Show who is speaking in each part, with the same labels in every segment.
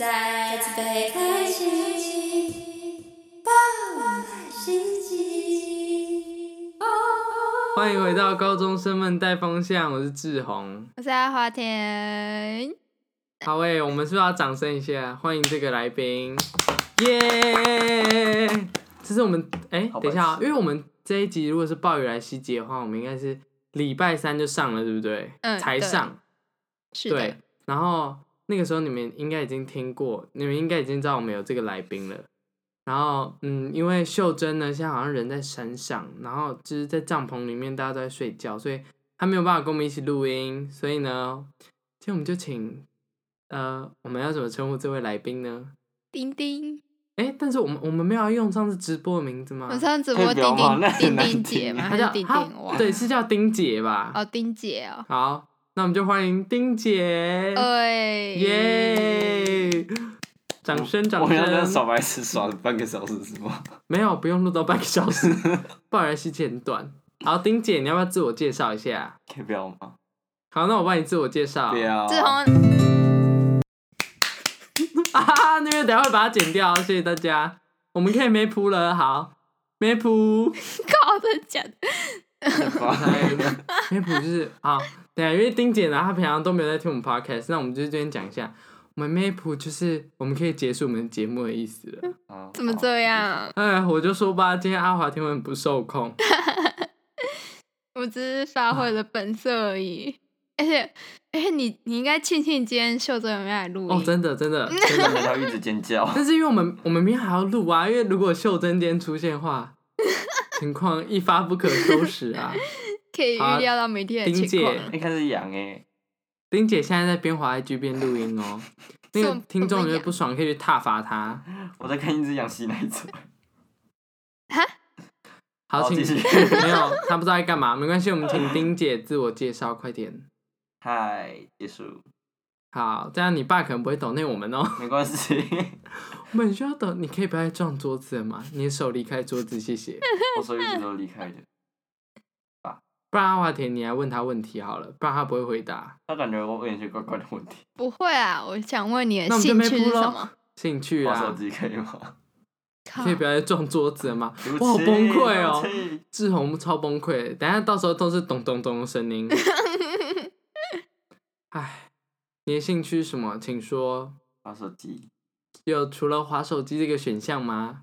Speaker 1: 再次被开启，爆满心机。
Speaker 2: 欢迎回到高中生们带风向，我是志宏。
Speaker 3: 我是阿华田，
Speaker 2: 好诶、我们是不是要掌声一下，欢迎这个来宾，耶、这是我们哎、
Speaker 4: 好白
Speaker 2: 等一
Speaker 4: 痴
Speaker 2: 下、啊，因为我们这一集如果是暴雨来袭击的话，我们应该是礼拜三就上了，对不对？
Speaker 3: 嗯
Speaker 2: 才
Speaker 3: 对
Speaker 2: 上。
Speaker 3: 是
Speaker 2: 对
Speaker 3: 的，，
Speaker 2: 然后那个时候你们应该已经听过，你们应该已经知道我们有这个来宾了。然后，嗯，因为秀珍呢，现在好像人在山上，然后就是在帐篷里面，大家都在睡觉，所以她没有办法跟我们一起录音。所以呢，今天我们就请，呃，我们要怎么称呼这位来宾呢？
Speaker 3: 丁丁，
Speaker 2: 哎，但是我们我们没有要用上次直播的名字吗
Speaker 3: 我？上次
Speaker 4: 可以
Speaker 3: 播
Speaker 4: 不
Speaker 3: 丁
Speaker 4: 要吗那
Speaker 3: 丁
Speaker 4: 很
Speaker 3: 丁
Speaker 4: 难
Speaker 3: 丁姐
Speaker 4: 听
Speaker 3: 吗？
Speaker 2: 她
Speaker 3: 还
Speaker 2: 叫
Speaker 3: 是丁
Speaker 2: 她
Speaker 3: 丁哇？
Speaker 2: 对，是叫丁姐吧？
Speaker 3: 哦，丁姐哦，
Speaker 2: 好，那我们就欢迎丁姐。
Speaker 3: 哎，
Speaker 2: 耶！掌声，掌
Speaker 4: 我们要这样
Speaker 2: 声！
Speaker 4: 耍白痴耍了半个小时是吗？
Speaker 2: 没有，不用录到半个小时，不然时间很短。好，丁姐，你要不要自我介绍一下？
Speaker 4: 可以不要吗？
Speaker 2: 好，那我帮你自我介绍。
Speaker 4: 不要。
Speaker 3: 志宏，
Speaker 2: 啊，那边等一下会把它剪掉，谢谢大家。我们可以没谱了，好，没 谱，
Speaker 3: 靠的假的，
Speaker 2: 没谱就是好。对啊，因为丁姐呢，她平常都没有在听我们 podcast，那我们就这边讲一下，我们 map 就是我们可以结束我们的节目的意思了。
Speaker 4: 啊
Speaker 3: 怎么
Speaker 4: 好
Speaker 3: 这样？
Speaker 2: 哎，我就说吧，今天阿华天文不受控。
Speaker 3: 我只是发挥了本色而已，而且，而且你你应该庆幸今天秀珍有没有来录
Speaker 2: 哦，
Speaker 4: 嗯
Speaker 3: 音，
Speaker 2: 真的真的真
Speaker 4: 真的
Speaker 2: 的。
Speaker 4: 他一直尖叫，
Speaker 2: 但是因为我们我们明天还要录啊，因为如果秀珍今天出现的 话，情况一发不可收拾啊。
Speaker 3: 可以
Speaker 2: 好
Speaker 3: 预料到每天的
Speaker 2: 丁
Speaker 3: 情况
Speaker 2: 姐，，
Speaker 4: 应该是羊哎，
Speaker 2: 丁姐现在在边滑 IG 边录音 哦。那
Speaker 3: 怎
Speaker 2: 个
Speaker 3: 么
Speaker 2: 听众觉
Speaker 3: 怎么
Speaker 2: 得
Speaker 3: 样
Speaker 2: 不爽，可以去挞伐他。
Speaker 4: 我在看一只羊吸奶嘴，
Speaker 2: 好，
Speaker 4: 好
Speaker 2: 请
Speaker 4: 继续
Speaker 2: 没有，他不知道在干嘛，没关系，我们请丁姐自我介绍，快点。
Speaker 4: 嗨，结束，
Speaker 2: 好，这样你爸可能不会懂那我们哦。
Speaker 4: 没关系，
Speaker 2: 我们需要懂，你可以不要再撞桌子了嘛，你的手离开桌子，谢谢。
Speaker 4: 我手一直都离开的，
Speaker 2: 不然阿华田，你来问他问题好了，不然他不会回答。
Speaker 4: 他感觉我问一些怪怪的问题，
Speaker 3: 不会啊，我想问你
Speaker 2: 那
Speaker 3: 的
Speaker 2: 我们就
Speaker 3: 兴
Speaker 2: 没
Speaker 3: 趣是
Speaker 2: 谱
Speaker 3: 什么
Speaker 2: 了？。兴趣
Speaker 4: 我
Speaker 2: 啊，
Speaker 4: 手机可以吗？
Speaker 3: 靠
Speaker 2: 可以不要再撞桌子了吗？
Speaker 4: 对不 起
Speaker 2: 我好崩溃哦、
Speaker 4: 对不起
Speaker 2: 志宏超崩溃，等一下到时候都是咚咚咚的声 音。唉，你的兴趣是什么？请说。
Speaker 4: 玩手机，
Speaker 2: 有除了划手机这个选项吗？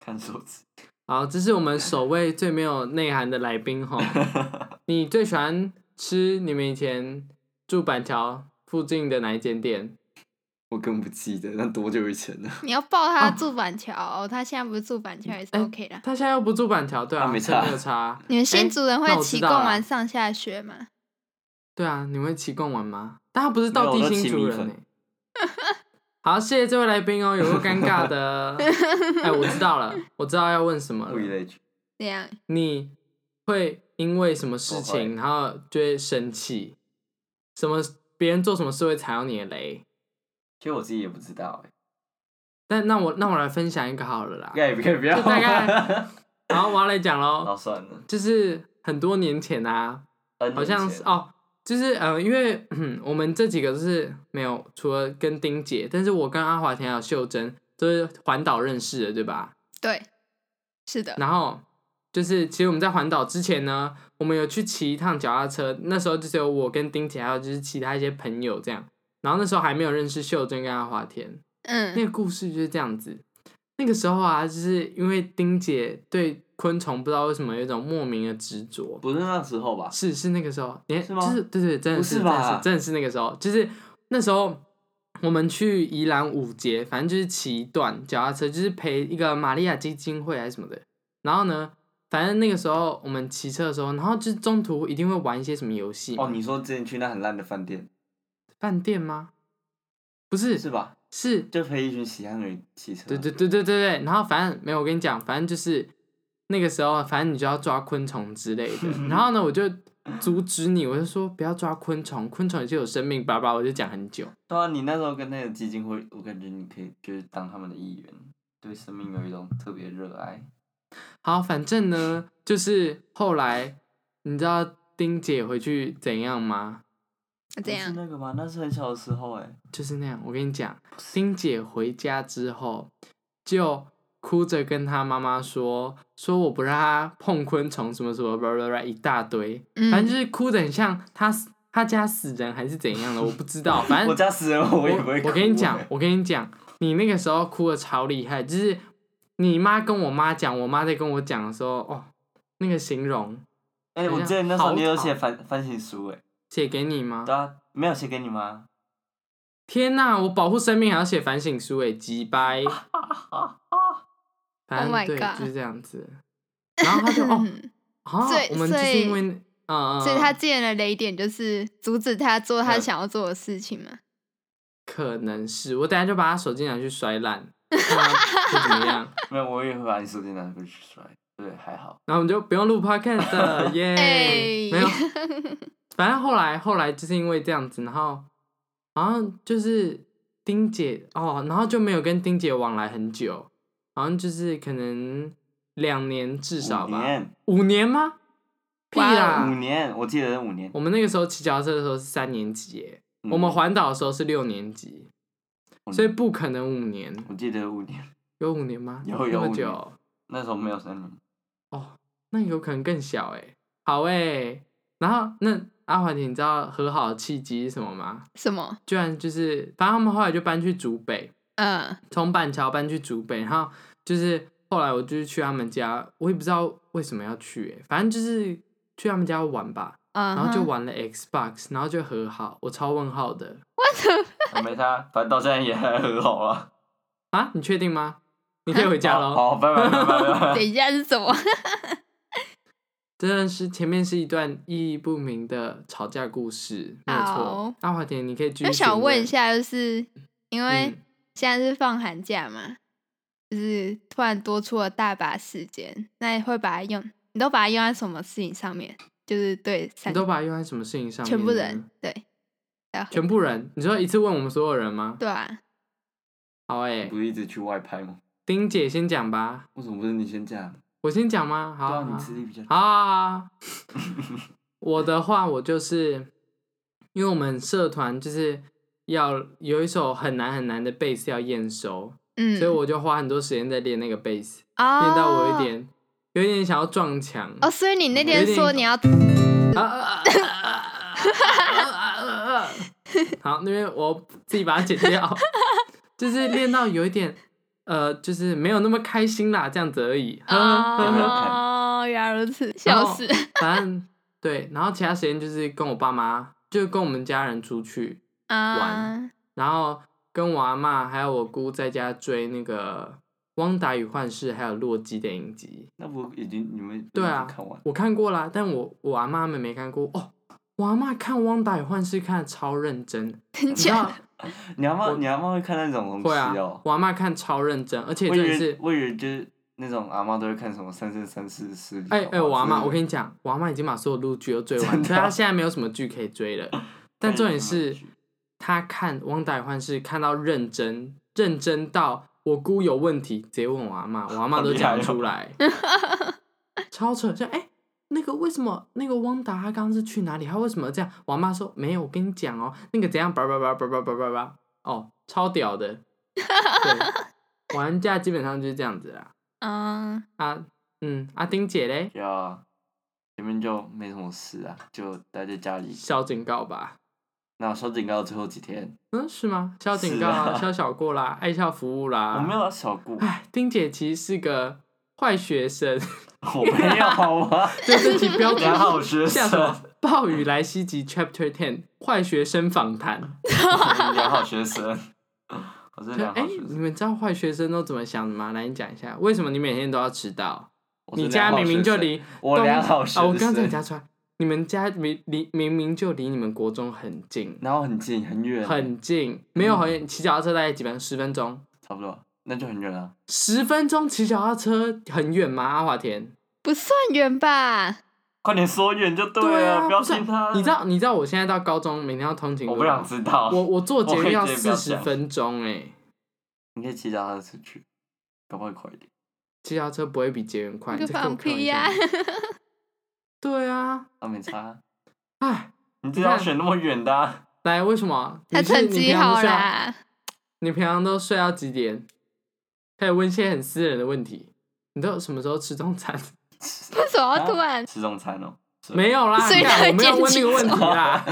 Speaker 4: 看手机，
Speaker 2: 好，这是我们首位最没有内涵的来宾 吼。你最喜欢吃你们以前住板桥附近的哪一间店？
Speaker 4: 我根本不记得那多久以前了，
Speaker 3: 你要抱他
Speaker 2: 哦
Speaker 3: 住板桥、他现在不是住板桥也是
Speaker 2: 哎
Speaker 3: OK 的。
Speaker 2: 他现在又不住板桥，对啊，
Speaker 4: 那没
Speaker 2: 所以
Speaker 4: 差
Speaker 2: 没有差。
Speaker 3: 你们新主
Speaker 2: 哎
Speaker 3: 人
Speaker 2: 那
Speaker 3: 会
Speaker 2: 我
Speaker 3: 骑
Speaker 2: 知
Speaker 3: 共
Speaker 2: 道了
Speaker 3: 玩上下学吗？
Speaker 2: 对啊，你会骑共玩吗？但他不是
Speaker 4: 没有
Speaker 2: 到地
Speaker 4: 我都
Speaker 2: 心
Speaker 4: 骑
Speaker 2: 主
Speaker 4: 米
Speaker 2: 人、
Speaker 4: 粉
Speaker 2: 欸。 好，谢谢这位来宾哦，有个尴尬的。哎、我知道了，我知道要问什么
Speaker 4: 物以
Speaker 2: 了。
Speaker 4: 类聚，
Speaker 3: 这样
Speaker 2: 你会因为什么事
Speaker 4: 我会
Speaker 2: 情，然后就会生气？什么别人做什么事会踩到你的雷？
Speaker 4: 其实我自己也不知道哎，
Speaker 2: 但那我那我来分享一个好了啦
Speaker 4: 应。该也可以不要
Speaker 2: 就
Speaker 4: 吗，
Speaker 2: 大 概哦然后我要来讲
Speaker 4: 好
Speaker 2: 喽，
Speaker 4: 算了，
Speaker 2: 就是很多年前啊，
Speaker 4: N
Speaker 2: 好像
Speaker 4: 年
Speaker 2: 是
Speaker 4: 前
Speaker 2: 哦，就是呃，因为我们这几个都是没有，除了跟丁姐，但是我跟阿华田还有秀珍都是环岛认识的，对吧？
Speaker 3: 对，是的，
Speaker 2: 然后就是其实我们在环岛之前呢，我们有去骑一趟脚踏车，那时候就只有我跟丁姐，还有就是其他一些朋友这样。然后那时候还没有认识秀珍跟阿华田，那
Speaker 3: 嗯，
Speaker 2: 个故事就是这样子。那个时候啊，就是因为丁姐对昆虫不知道为什么有一种莫名的执着，
Speaker 4: 不是那时候吧？
Speaker 2: 是是那个时候，你
Speaker 4: 是吗
Speaker 2: 就是对对，真的
Speaker 4: 不
Speaker 2: 是
Speaker 4: 是
Speaker 2: 真的
Speaker 4: 吧
Speaker 2: 是真的是那个时候，就是那时候我们去宜兰五节，反正就是骑一段脚踏车，就是陪一个玛利亚基金会还是什么的。然后呢，反正那个时候我们骑车的时候，然后就是中途一定会玩一些什么游戏嘛。
Speaker 4: 哦，你说之前去那很烂的饭店
Speaker 2: 饭店吗？不是
Speaker 4: 是吧？
Speaker 2: 是
Speaker 4: 就陪一群喜憨人骑车，
Speaker 2: 对对对对对对，然后反正没有，我跟你讲，反正就是那个时候，反正你就要抓昆虫之类的。然后呢，我就阻止你，我就说不要抓昆虫，昆虫也是有生命，叭叭，我就讲很久。
Speaker 4: 对啊，你那时候跟那个基金会，我感觉你可以就是当他们的一员，对生命有一种特别热爱。
Speaker 2: 好，反正呢，就是后来你知道丁姐回去怎样吗？
Speaker 3: 那怎
Speaker 4: 那是
Speaker 3: 样？
Speaker 4: 那个吗？那是很小的时候哎、
Speaker 2: 就是那样。我跟你讲，丁姐回家之后就哭着跟她妈妈说，说我不让她碰昆虫，什么什么，blah blah blah 一大堆，
Speaker 3: 嗯
Speaker 2: 反正就是哭的很像她死她家死人还是怎样的，我不知 道。反正
Speaker 4: 我家死人了我也不会
Speaker 2: 我
Speaker 4: 哭
Speaker 2: 我跟你讲
Speaker 4: 欸，
Speaker 2: 我跟你讲，你那个时候哭的超厉害，就是你妈跟我妈讲，我妈在跟我讲的时候，哦，那个形容
Speaker 4: 哎、
Speaker 2: 等一
Speaker 4: 我
Speaker 2: 下
Speaker 4: 记得那时候你有
Speaker 2: 好
Speaker 4: 写反反省书哎、
Speaker 2: 写给你吗
Speaker 4: 对？啊，没有写给你吗？
Speaker 2: 天呐，我保护生命还要写反省书诶，欸鸡掰！反
Speaker 3: Oh 啊 my
Speaker 2: 正对，
Speaker 3: God
Speaker 2: 就是这样子。然后他就哦，
Speaker 3: 嗯
Speaker 2: 哦
Speaker 3: 所以，
Speaker 2: 我们就是因为嗯嗯，
Speaker 3: 所以他
Speaker 2: 嗯
Speaker 3: 之前的雷点就是阻止他做他
Speaker 4: 嗯
Speaker 3: 想要做的事情嘛。
Speaker 2: 可能是我等下就把他手机拿去摔烂，看他会怎么样？
Speaker 4: 没有，我也会把你手机拿过去摔。对，还好。
Speaker 2: 然后我们就不用录 podcast 了耶、
Speaker 3: 哎
Speaker 2: 没有，反正后来后来就是因为这样子，然后好像就是丁姐哦，然后就没有跟丁姐往来很久，好像就是可能两年至少
Speaker 4: 五
Speaker 2: 吧，
Speaker 4: 年，
Speaker 2: 五年吗？屁
Speaker 3: 啊
Speaker 4: 五
Speaker 2: 啦！
Speaker 4: 年，我记得是五年。
Speaker 2: 我们那个时候骑脚踏车的时候是三年级耶，
Speaker 4: 嗯哦
Speaker 2: 我们环岛的时候是六年级，
Speaker 4: 五年
Speaker 2: 所以不可能五年，
Speaker 4: 嗯我记得五年，
Speaker 2: 有五年吗？
Speaker 4: 有
Speaker 2: 那
Speaker 4: 有
Speaker 2: 么
Speaker 4: 五
Speaker 2: 久
Speaker 4: 年
Speaker 2: 哦，
Speaker 4: 那时候没有三年。
Speaker 2: 那有可能更小哎。好哎，然后那阿华田，你知道和好的契机是什么吗？
Speaker 3: 什么？
Speaker 2: 居然就是，反正他们后来就搬去竹北，
Speaker 3: 嗯，
Speaker 2: 从板桥搬去竹北，然后就是后来我就是去他们家，我也不知道为什么要去、欸，反正就是去他们家玩吧，
Speaker 3: 嗯
Speaker 2: 然后就
Speaker 3: 哼
Speaker 2: 玩了 Xbox，然后就和好，我超问号的
Speaker 4: 我没他，反正到现在也还很好 啊。
Speaker 2: 啊，你确定吗？你可以 回家喽。
Speaker 4: 好，拜拜拜拜
Speaker 2: 啊
Speaker 4: 拜
Speaker 3: 等
Speaker 4: 拜。
Speaker 3: 一下是什么？
Speaker 2: 真的是前面是一段意义不明的吵架故事，没有错
Speaker 3: 好。
Speaker 2: 阿华田，你可以继续。
Speaker 3: 我想问一，下，就是因为
Speaker 2: 嗯
Speaker 3: 现在是放寒假嘛，就是突然多出了大把时间，那你会把它用，你都把它用在什么事情上面？就是对
Speaker 2: 你
Speaker 3: 三
Speaker 2: 都把它用在什么事情上面？
Speaker 3: 全部人，对，然后
Speaker 2: 全部人，你说一次问我们所有人吗？
Speaker 3: 对啊，
Speaker 2: 好哎、
Speaker 4: 你不是一直去外拍吗？
Speaker 2: 丁姐先讲吧，
Speaker 4: 为什么不是你先讲？
Speaker 2: 我先讲吗？好，
Speaker 4: 对啊，
Speaker 2: 好
Speaker 4: 你吃力比较。
Speaker 2: 好好好我的话，我就是因为我们社团就是要有一首很难很难的贝斯要验收，
Speaker 3: 嗯，
Speaker 2: 所以我就花很多时间在练那个贝斯，
Speaker 3: 哦
Speaker 2: 练到我有点有点想要撞墙。
Speaker 3: 哦，所以你那
Speaker 2: 有
Speaker 3: 天
Speaker 2: 点
Speaker 3: 说你要
Speaker 2: 啊啊啊啊啊啊好，那边我自己把它剪掉，就是练到有一点呃，就是没有那么开心啦，这样子而已。呵呵
Speaker 4: 有没有
Speaker 2: 呵
Speaker 4: 看
Speaker 3: 哦，原来如此，
Speaker 2: 然
Speaker 3: 笑
Speaker 2: 后
Speaker 3: 死，
Speaker 2: 反正对，然后其他时间就是跟我爸妈，就跟我们家人出去，
Speaker 3: 啊，
Speaker 2: 然后跟我阿妈还有我姑在家追那个《汪达与幻视》还有《洛基》的影集。
Speaker 4: 那不已经你们
Speaker 2: 对
Speaker 4: 已
Speaker 2: 啊
Speaker 4: 经看完，
Speaker 2: 我看过啦，但我我阿妈他们没看过哦。我阿妈看《汪达与幻视》看的超认真，
Speaker 3: 真
Speaker 2: 你知道
Speaker 3: 假？
Speaker 4: 你阿妈
Speaker 2: 我
Speaker 4: 你阿妈会看那种东
Speaker 2: 会啊
Speaker 4: 西哦，。
Speaker 2: 我阿妈看超认真，而且
Speaker 4: 我
Speaker 2: 真的
Speaker 4: 以为
Speaker 2: 是，
Speaker 4: 我以为就是那种阿妈都会看什么三生三世十里桃
Speaker 2: 哎
Speaker 4: 花之类
Speaker 2: 哎、
Speaker 4: 的。哦
Speaker 2: 我阿妈，我跟你讲，我阿妈已经把所有陆剧都追
Speaker 4: 真
Speaker 2: 完，
Speaker 4: 的
Speaker 2: 所以她现在没有什么剧可以追 了。但重点
Speaker 4: 看了
Speaker 2: 是
Speaker 4: 什么剧，
Speaker 2: 他看《汪达与幻视》看到认真，认真到我姑有问题直接问我阿妈， 我阿妈都讲不出来，哦 超扯！像哎、那个为什么那个汪达他刚刚是去哪里？他为什么这样？我阿妈说没有，我跟你讲哦，那个怎样叭叭叭叭叭叭叭叭，哦，超屌的。 对，玩家基本上就是这样子啦。
Speaker 3: 嗯，
Speaker 2: 啊，嗯，阿丁姐嘞，
Speaker 4: 对啊，前面就没什么事啊，就待在家里。
Speaker 2: 小警告吧。
Speaker 4: 那收警告最后几天，
Speaker 2: 嗯，是吗？小警
Speaker 4: 是
Speaker 2: 告啊，
Speaker 4: 啊
Speaker 2: 小小过 啦，爱校服务啦。
Speaker 4: 我没有要小顾，
Speaker 2: 啊哎，丁姐其实是个坏学生，
Speaker 4: 我没有啊好吗？
Speaker 2: 对这题标题
Speaker 4: 良好学
Speaker 2: 像什
Speaker 4: 生
Speaker 2: 么，《暴雨来袭集》Chapter Ten 坏学生访谈。
Speaker 4: 良好学生， 我是
Speaker 2: 就
Speaker 4: 良
Speaker 2: 哎、
Speaker 4: 好学
Speaker 2: 你
Speaker 4: 生。
Speaker 2: 们知道坏学生都怎么想的吗？来，你讲一下，为什么你每天都要迟到？
Speaker 4: 我是
Speaker 2: 你家
Speaker 4: 良好
Speaker 2: 明明就
Speaker 4: 学生
Speaker 2: 离
Speaker 4: 我
Speaker 2: 东
Speaker 4: 良好学
Speaker 2: 啊，
Speaker 4: 生，
Speaker 2: 我刚才加出来，你们家明离明明就离你们国中很近，
Speaker 4: 然后很近很远，
Speaker 2: 很近，没有
Speaker 4: 嗯
Speaker 2: 很远，骑脚踏车大概几分钟？十分钟？
Speaker 4: 差不多，那就很远啊。
Speaker 2: 十分钟骑脚踏车很远吗？阿华田？
Speaker 3: 不算远吧？
Speaker 4: 快点说远就
Speaker 2: 对
Speaker 4: 了，
Speaker 2: 啊，
Speaker 4: 不要
Speaker 2: 是
Speaker 4: 听他。
Speaker 2: 你知？道，你知道我现在到高中每天要通勤多久
Speaker 4: 我不
Speaker 2: 吗，
Speaker 4: 想知道。
Speaker 2: 我我坐捷
Speaker 4: 我可
Speaker 2: 运
Speaker 4: 以
Speaker 2: 要
Speaker 4: 直接不
Speaker 2: 四
Speaker 4: 要
Speaker 2: 十
Speaker 4: 讲
Speaker 2: 分钟哎、
Speaker 4: 你可以骑脚踏车去，搞不好快一点。
Speaker 2: 骑脚踏车不会比捷运快。
Speaker 3: 那个
Speaker 2: 你在跟我
Speaker 3: 放
Speaker 2: 开玩
Speaker 3: 屁呀
Speaker 2: 笑！对啊，
Speaker 4: 啊，没差啊。
Speaker 2: 哎，
Speaker 4: 你只要选那么远的啊、
Speaker 2: 来，为什么？
Speaker 3: 他
Speaker 2: 你是
Speaker 3: 成
Speaker 2: 你平
Speaker 3: 绩
Speaker 2: 常都
Speaker 3: 好
Speaker 2: 睡到
Speaker 3: 啦，
Speaker 2: 你平常都睡到几点？开始问一些很私人的问题。你都什么时候吃中餐？
Speaker 3: 为什么要突然？
Speaker 4: 吃中餐哦、是
Speaker 2: 没有 啦，
Speaker 3: 所以他
Speaker 2: 干
Speaker 3: 会
Speaker 2: 我没有问那个问题
Speaker 3: 剪
Speaker 2: 啦，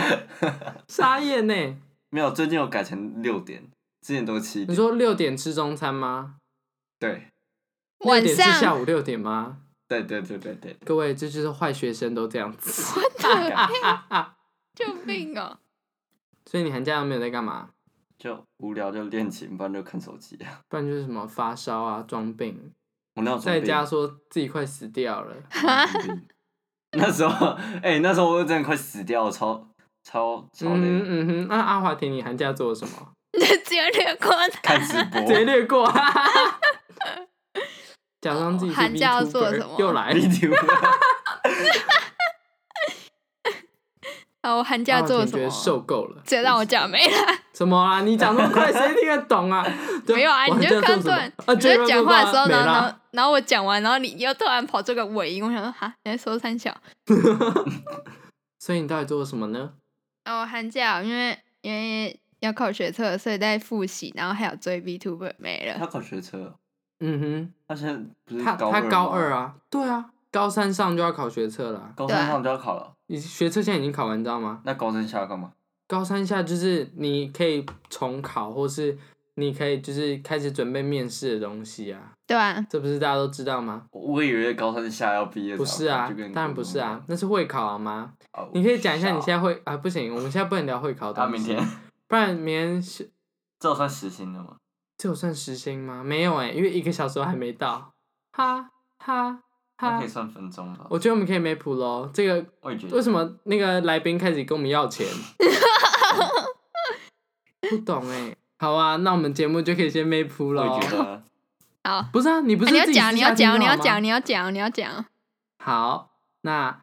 Speaker 2: 沙燕呢、
Speaker 4: 没有，最近有改成六点，之前都七
Speaker 2: 你
Speaker 4: 点。
Speaker 2: 说六点吃中餐吗？
Speaker 4: 对
Speaker 2: 六
Speaker 3: 晚
Speaker 2: 点是下
Speaker 3: 上
Speaker 2: 午六点吗？
Speaker 4: 对对对对对，
Speaker 2: 各位，这就是坏学生都这样子。啊
Speaker 4: 干
Speaker 3: 救命哦！
Speaker 2: 所以你寒假没有在干嘛？
Speaker 4: 就无聊就练琴，不然就看手机啊。
Speaker 2: 不然就是什么发烧啊、装病，
Speaker 4: 我那有装
Speaker 2: 在
Speaker 4: 病
Speaker 2: 家说自己快死掉了。
Speaker 4: 那时候，哎、那时候我真的快死掉了，超超超累，
Speaker 2: 嗯嗯哼，那阿华田，你寒假做了什么？
Speaker 3: 你就直接略过他。
Speaker 4: 看直播
Speaker 2: 直。 接略过，啊假装自己是
Speaker 3: 寒假要做
Speaker 2: VTuber
Speaker 3: 什么
Speaker 2: E 又 来
Speaker 4: v t u
Speaker 3: 好，我寒假做了什
Speaker 2: 觉得
Speaker 3: 么？
Speaker 2: 受够了。
Speaker 3: 直接让我讲没了。
Speaker 2: 什么啊？你讲那么快，谁听得懂 啊？就
Speaker 3: 没有啊，
Speaker 2: 我
Speaker 3: 你
Speaker 2: 寒
Speaker 3: 就
Speaker 2: 假
Speaker 3: 刚
Speaker 2: 做什
Speaker 3: 突
Speaker 2: 么啊，
Speaker 3: 然，你在讲话的时候，
Speaker 2: 没
Speaker 3: 然后然
Speaker 2: 啦
Speaker 3: 后然后我讲完，然后你又突然跑这个尾音，我想说哈，你在说三小。
Speaker 2: 所以你到底做了什么呢？
Speaker 3: 哦，我寒假因为因为要考学测，所以在复习，然后还有追 VTuber 没
Speaker 4: 他
Speaker 3: 了。
Speaker 4: 考学车哦，
Speaker 2: 嗯
Speaker 4: 他现在不
Speaker 2: 哼，
Speaker 4: 是
Speaker 2: 他
Speaker 4: 高
Speaker 2: 他高二
Speaker 4: 啊，
Speaker 2: 啊，对啊，高三上就要考学测了啊，
Speaker 4: 高
Speaker 3: 对啊
Speaker 4: 三上就要考了，
Speaker 2: 你学测现在已经考完，你知道吗？
Speaker 4: 那高三下要干嘛？
Speaker 2: 高三下就是你可以重考，或是你可以就是开始准备面试的东西啊，
Speaker 3: 对啊，
Speaker 2: 这不是大家都知道吗？
Speaker 4: 我我以为高三下要毕业才要考，
Speaker 2: 不是啊
Speaker 4: 就跟，
Speaker 2: 当然不是啊，那是会考啊妈。
Speaker 4: 国中一样。
Speaker 2: 你可以讲一下你现
Speaker 4: 在
Speaker 2: 在会啊？不行，我们现在不能聊会考的
Speaker 4: 他
Speaker 2: 东
Speaker 4: 啊明
Speaker 2: 西
Speaker 4: 天，
Speaker 2: 不然明天是
Speaker 4: 这算实薪的吗？
Speaker 2: 这有算时薪吗？没有哎、因为一个小时还没到。哈哈
Speaker 4: 那
Speaker 2: 哈
Speaker 4: 可以！算分钟吧。
Speaker 2: 啊我觉得我们可以没谱喽。这个
Speaker 4: 我也觉
Speaker 2: 为
Speaker 4: 得，
Speaker 2: 什么那个来宾开始跟我们要 钱？不懂哎、好啊，那我们节目就可以先没谱
Speaker 4: 我
Speaker 2: 喽
Speaker 4: 也。觉得，
Speaker 3: 好，
Speaker 2: 哦不是啊，你不
Speaker 3: 啊
Speaker 2: 是
Speaker 3: 你要
Speaker 2: 自己
Speaker 3: 讲，
Speaker 2: 私
Speaker 3: 你
Speaker 2: 下
Speaker 3: 要
Speaker 2: 听
Speaker 3: 讲，
Speaker 2: 就
Speaker 3: 你
Speaker 2: 好
Speaker 3: 要
Speaker 2: 吗
Speaker 3: 讲，你要讲，你要讲。
Speaker 2: 好，那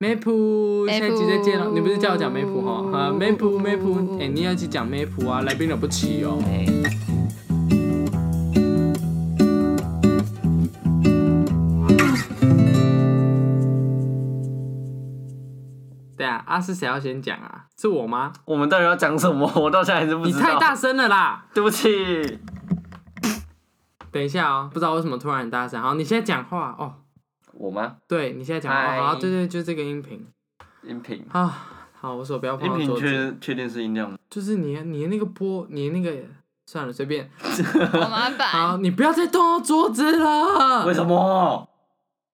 Speaker 2: Map 下一集再见了。你不是叫我讲 Map 哈？啊，Map Map，哎、你要去讲 Map 啊，来宾了不起哦。
Speaker 4: 哎。
Speaker 2: 对啊，啊是谁要先讲啊？是我吗？
Speaker 4: 我们到底要讲什么？ 我到现在还是不
Speaker 2: 你
Speaker 4: 知道。
Speaker 2: 太大，声了啦！
Speaker 4: 对不起。
Speaker 2: 等一下哦，不知道为什么突然很大声。好，你现在讲话哦。
Speaker 4: 我吗？
Speaker 2: 对，你现在讲话。
Speaker 4: 嗨
Speaker 2: 好，对对，就这个音频
Speaker 4: 音频，
Speaker 2: 啊。好，我手不要
Speaker 4: 音
Speaker 2: 放到
Speaker 4: 频
Speaker 2: 桌子，
Speaker 4: 确确定是音量吗？
Speaker 2: 就是你你的那个波，你的那个算了，随便。
Speaker 3: 好麻烦。
Speaker 2: 哦好，你不要再动到桌子了。
Speaker 4: 为什么？